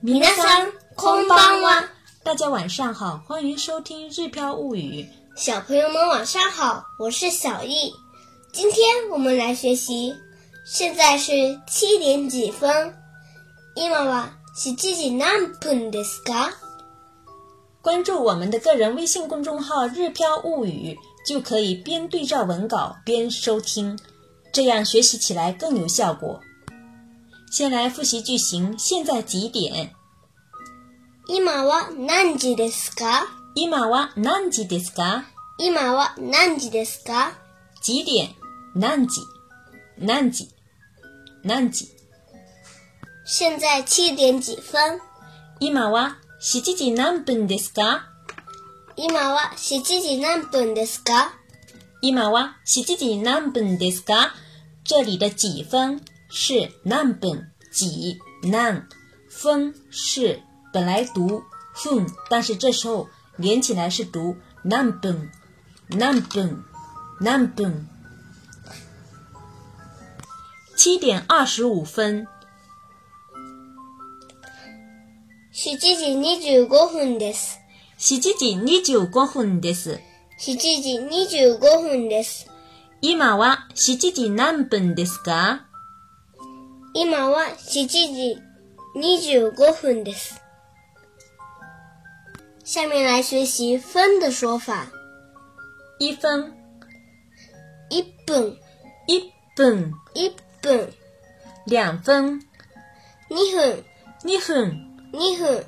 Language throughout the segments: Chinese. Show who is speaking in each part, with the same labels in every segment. Speaker 1: 皆さんこんばんは。
Speaker 2: 大家晚上好，欢迎收听《日飘物语》。
Speaker 1: 小朋友们晚上好，我是小易。今天我们来学习，现在是七点几分。今は七時何分ですか？
Speaker 2: 关注我们的个人微信公众号“日飘物语”，就可以边对照文稿边收听，这样学习起来更有效果。先来复习句型：现在几点？
Speaker 1: 今は何時ですか？
Speaker 2: 今は何時ですか？
Speaker 1: 今は何時ですか？
Speaker 2: 几点？何時？何時？何時？
Speaker 1: 现在七点几分？
Speaker 2: 今は7時何分ですか？
Speaker 1: 今は7時何分ですか？
Speaker 2: 今は7時何分ですか？这里的几分是何分，几何分是本来读 hun，但是这时候连起来是读何分，何分，何分。七点二十五分，
Speaker 1: 7時25分です。
Speaker 2: 7時25分です。
Speaker 1: 7時25分です。
Speaker 2: 今は7時何分ですか？
Speaker 1: 今は7時25分です。下面来学习分的说法。
Speaker 2: 一分、
Speaker 1: 一分、
Speaker 2: 一分、
Speaker 1: 一分、
Speaker 2: 两分、
Speaker 1: 二分、
Speaker 2: 二分、
Speaker 1: 二分、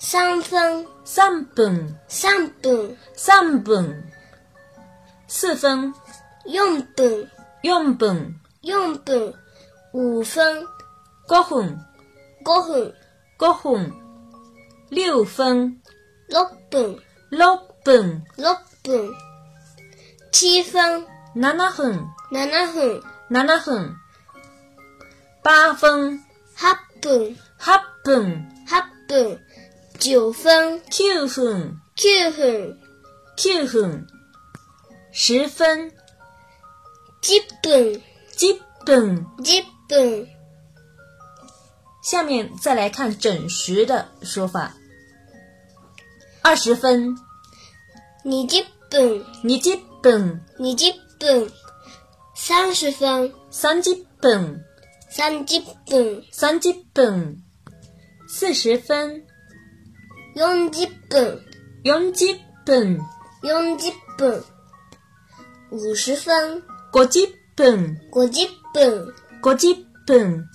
Speaker 1: 三分、
Speaker 2: 三分。
Speaker 1: 三分、
Speaker 2: 三分、四分、
Speaker 1: 四分、
Speaker 2: 四分、
Speaker 1: 四分、五分、
Speaker 2: 五分、
Speaker 1: 五分、
Speaker 2: 五分、六分、
Speaker 1: 六分、
Speaker 2: 六分、
Speaker 1: 六分、七分、
Speaker 2: 七分、
Speaker 1: 七分、
Speaker 2: 七分、八分、
Speaker 1: 八分、
Speaker 2: 八分、
Speaker 1: 八分、九分、
Speaker 2: 九分、
Speaker 1: 九分、
Speaker 2: 九分、十分、
Speaker 1: 十分、
Speaker 2: 十分。
Speaker 1: 十分、
Speaker 2: 下面再来看整十的说法。二十分，
Speaker 1: 二十分、
Speaker 2: 二十分，
Speaker 1: 二十分、三十分、
Speaker 2: 三十分。
Speaker 1: 三十分、
Speaker 2: 三十分、四十分、
Speaker 1: 四十分、
Speaker 2: 四十分、
Speaker 1: 四十分、五十分、
Speaker 2: 五十分、
Speaker 1: 五十分。
Speaker 2: 五十分。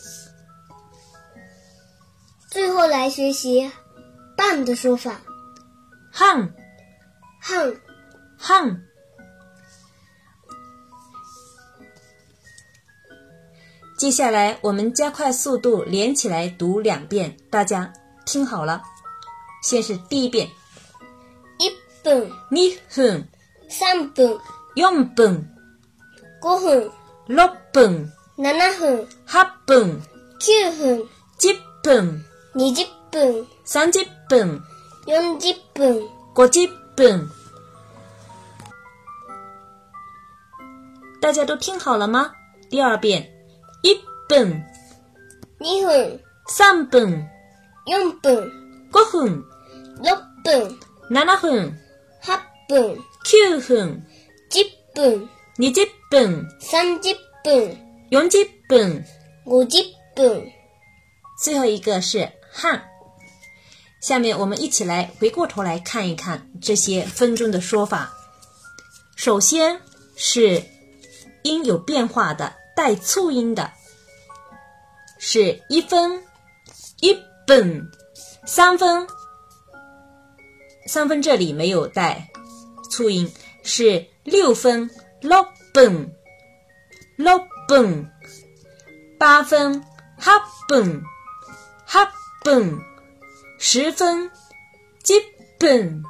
Speaker 1: 最后来学习半的说法，
Speaker 2: 半
Speaker 1: 半、
Speaker 2: 半接下来我们加快速度连起来读两遍，大家听好了。先是第一遍，
Speaker 1: 一分、
Speaker 2: 二分、
Speaker 1: 三分、
Speaker 2: 四分、
Speaker 1: 五分、
Speaker 2: 六分、
Speaker 1: 七分、
Speaker 2: 八分、
Speaker 1: 九分、
Speaker 2: 十分、
Speaker 1: 二十分、
Speaker 2: 三十分、
Speaker 1: 四十分。
Speaker 2: 五十分。大家都听好了吗？第二遍，一分、
Speaker 1: 2分、
Speaker 2: 三分、
Speaker 1: 4分、
Speaker 2: 五分、
Speaker 1: 6分、
Speaker 2: 七分、
Speaker 1: 8分、
Speaker 2: 九分、
Speaker 1: 10分、
Speaker 2: 二十分、
Speaker 1: 30分、
Speaker 2: 四十分。
Speaker 1: 50分。
Speaker 2: 最后一个是汉。下面我们一起来回过头来看一看这些分钟的说法。首先是音有变化的带促音的，是一分、一本、三分。三分这里没有带促音，是六分、六本、六本。八分，哈本，哈本，十分，基本，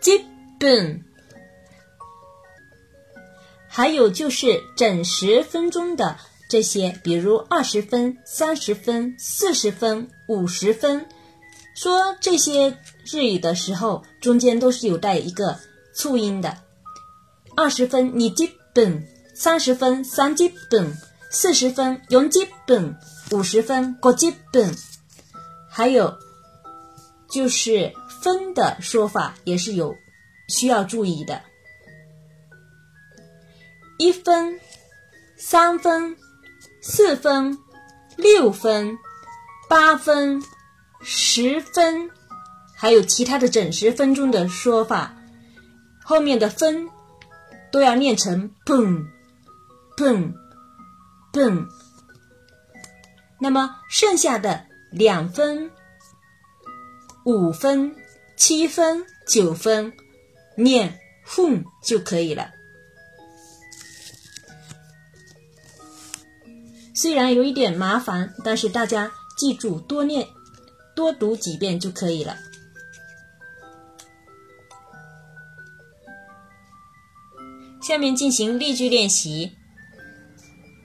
Speaker 2: 基本。还有就是整十分钟的这些，比如二十分、三十分、四十分、五十分，说这些日语的时候，中间都是有带一个促音的。二十分二十分，三十分三十分，四十分四十分五十分五十分五十分。还有就是分的说法也是有需要注意的。一分、三分、四分、六分、八分、十分，还有其他的整十分钟的说法，后面的分都要念成蹦蹦蹦。那么剩下的两分、五分、七分、九分，念哼就可以了。虽然有一点麻烦，但是大家记住多念、多读几遍就可以了。下面进行例句练习。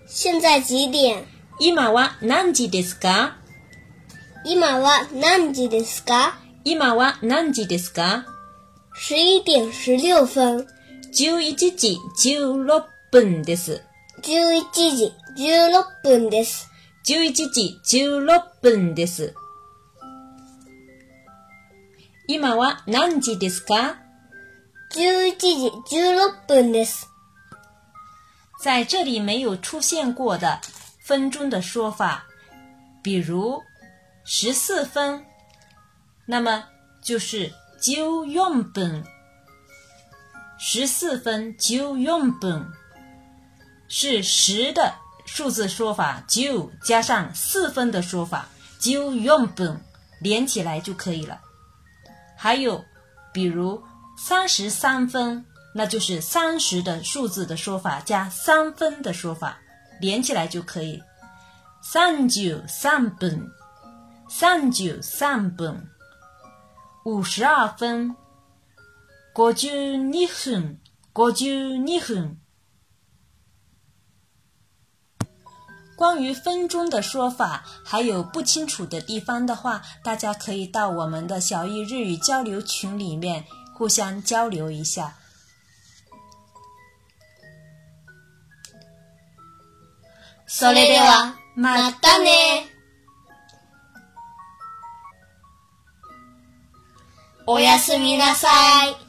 Speaker 1: 现在几点？
Speaker 2: 今は何時ですか？
Speaker 1: 今は何時ですか？
Speaker 2: 今は何時ですか？
Speaker 1: 十一点十六分。
Speaker 2: 十一時十六分です。
Speaker 1: 十一時十六分です。
Speaker 2: 十一時十六分です。今は何時ですか？
Speaker 1: 十一時十六分です。
Speaker 2: 在这里没有出现过的分钟的说法，比如十四分，那么就是九用本。十四分九用本是十的数字说法，九加上四分的说法，九用本连起来就可以了。还有，比如三十三分，那就是三十的数字的说法加三分的说法，连起来就可以。三九三分，三九三分，五十二分，五十二分，五十二分。关于分钟的说法，还有不清楚的地方的话，大家可以到我们的小易日语交流群里面互相交流一下。
Speaker 1: それではまたね。おやすみなさい。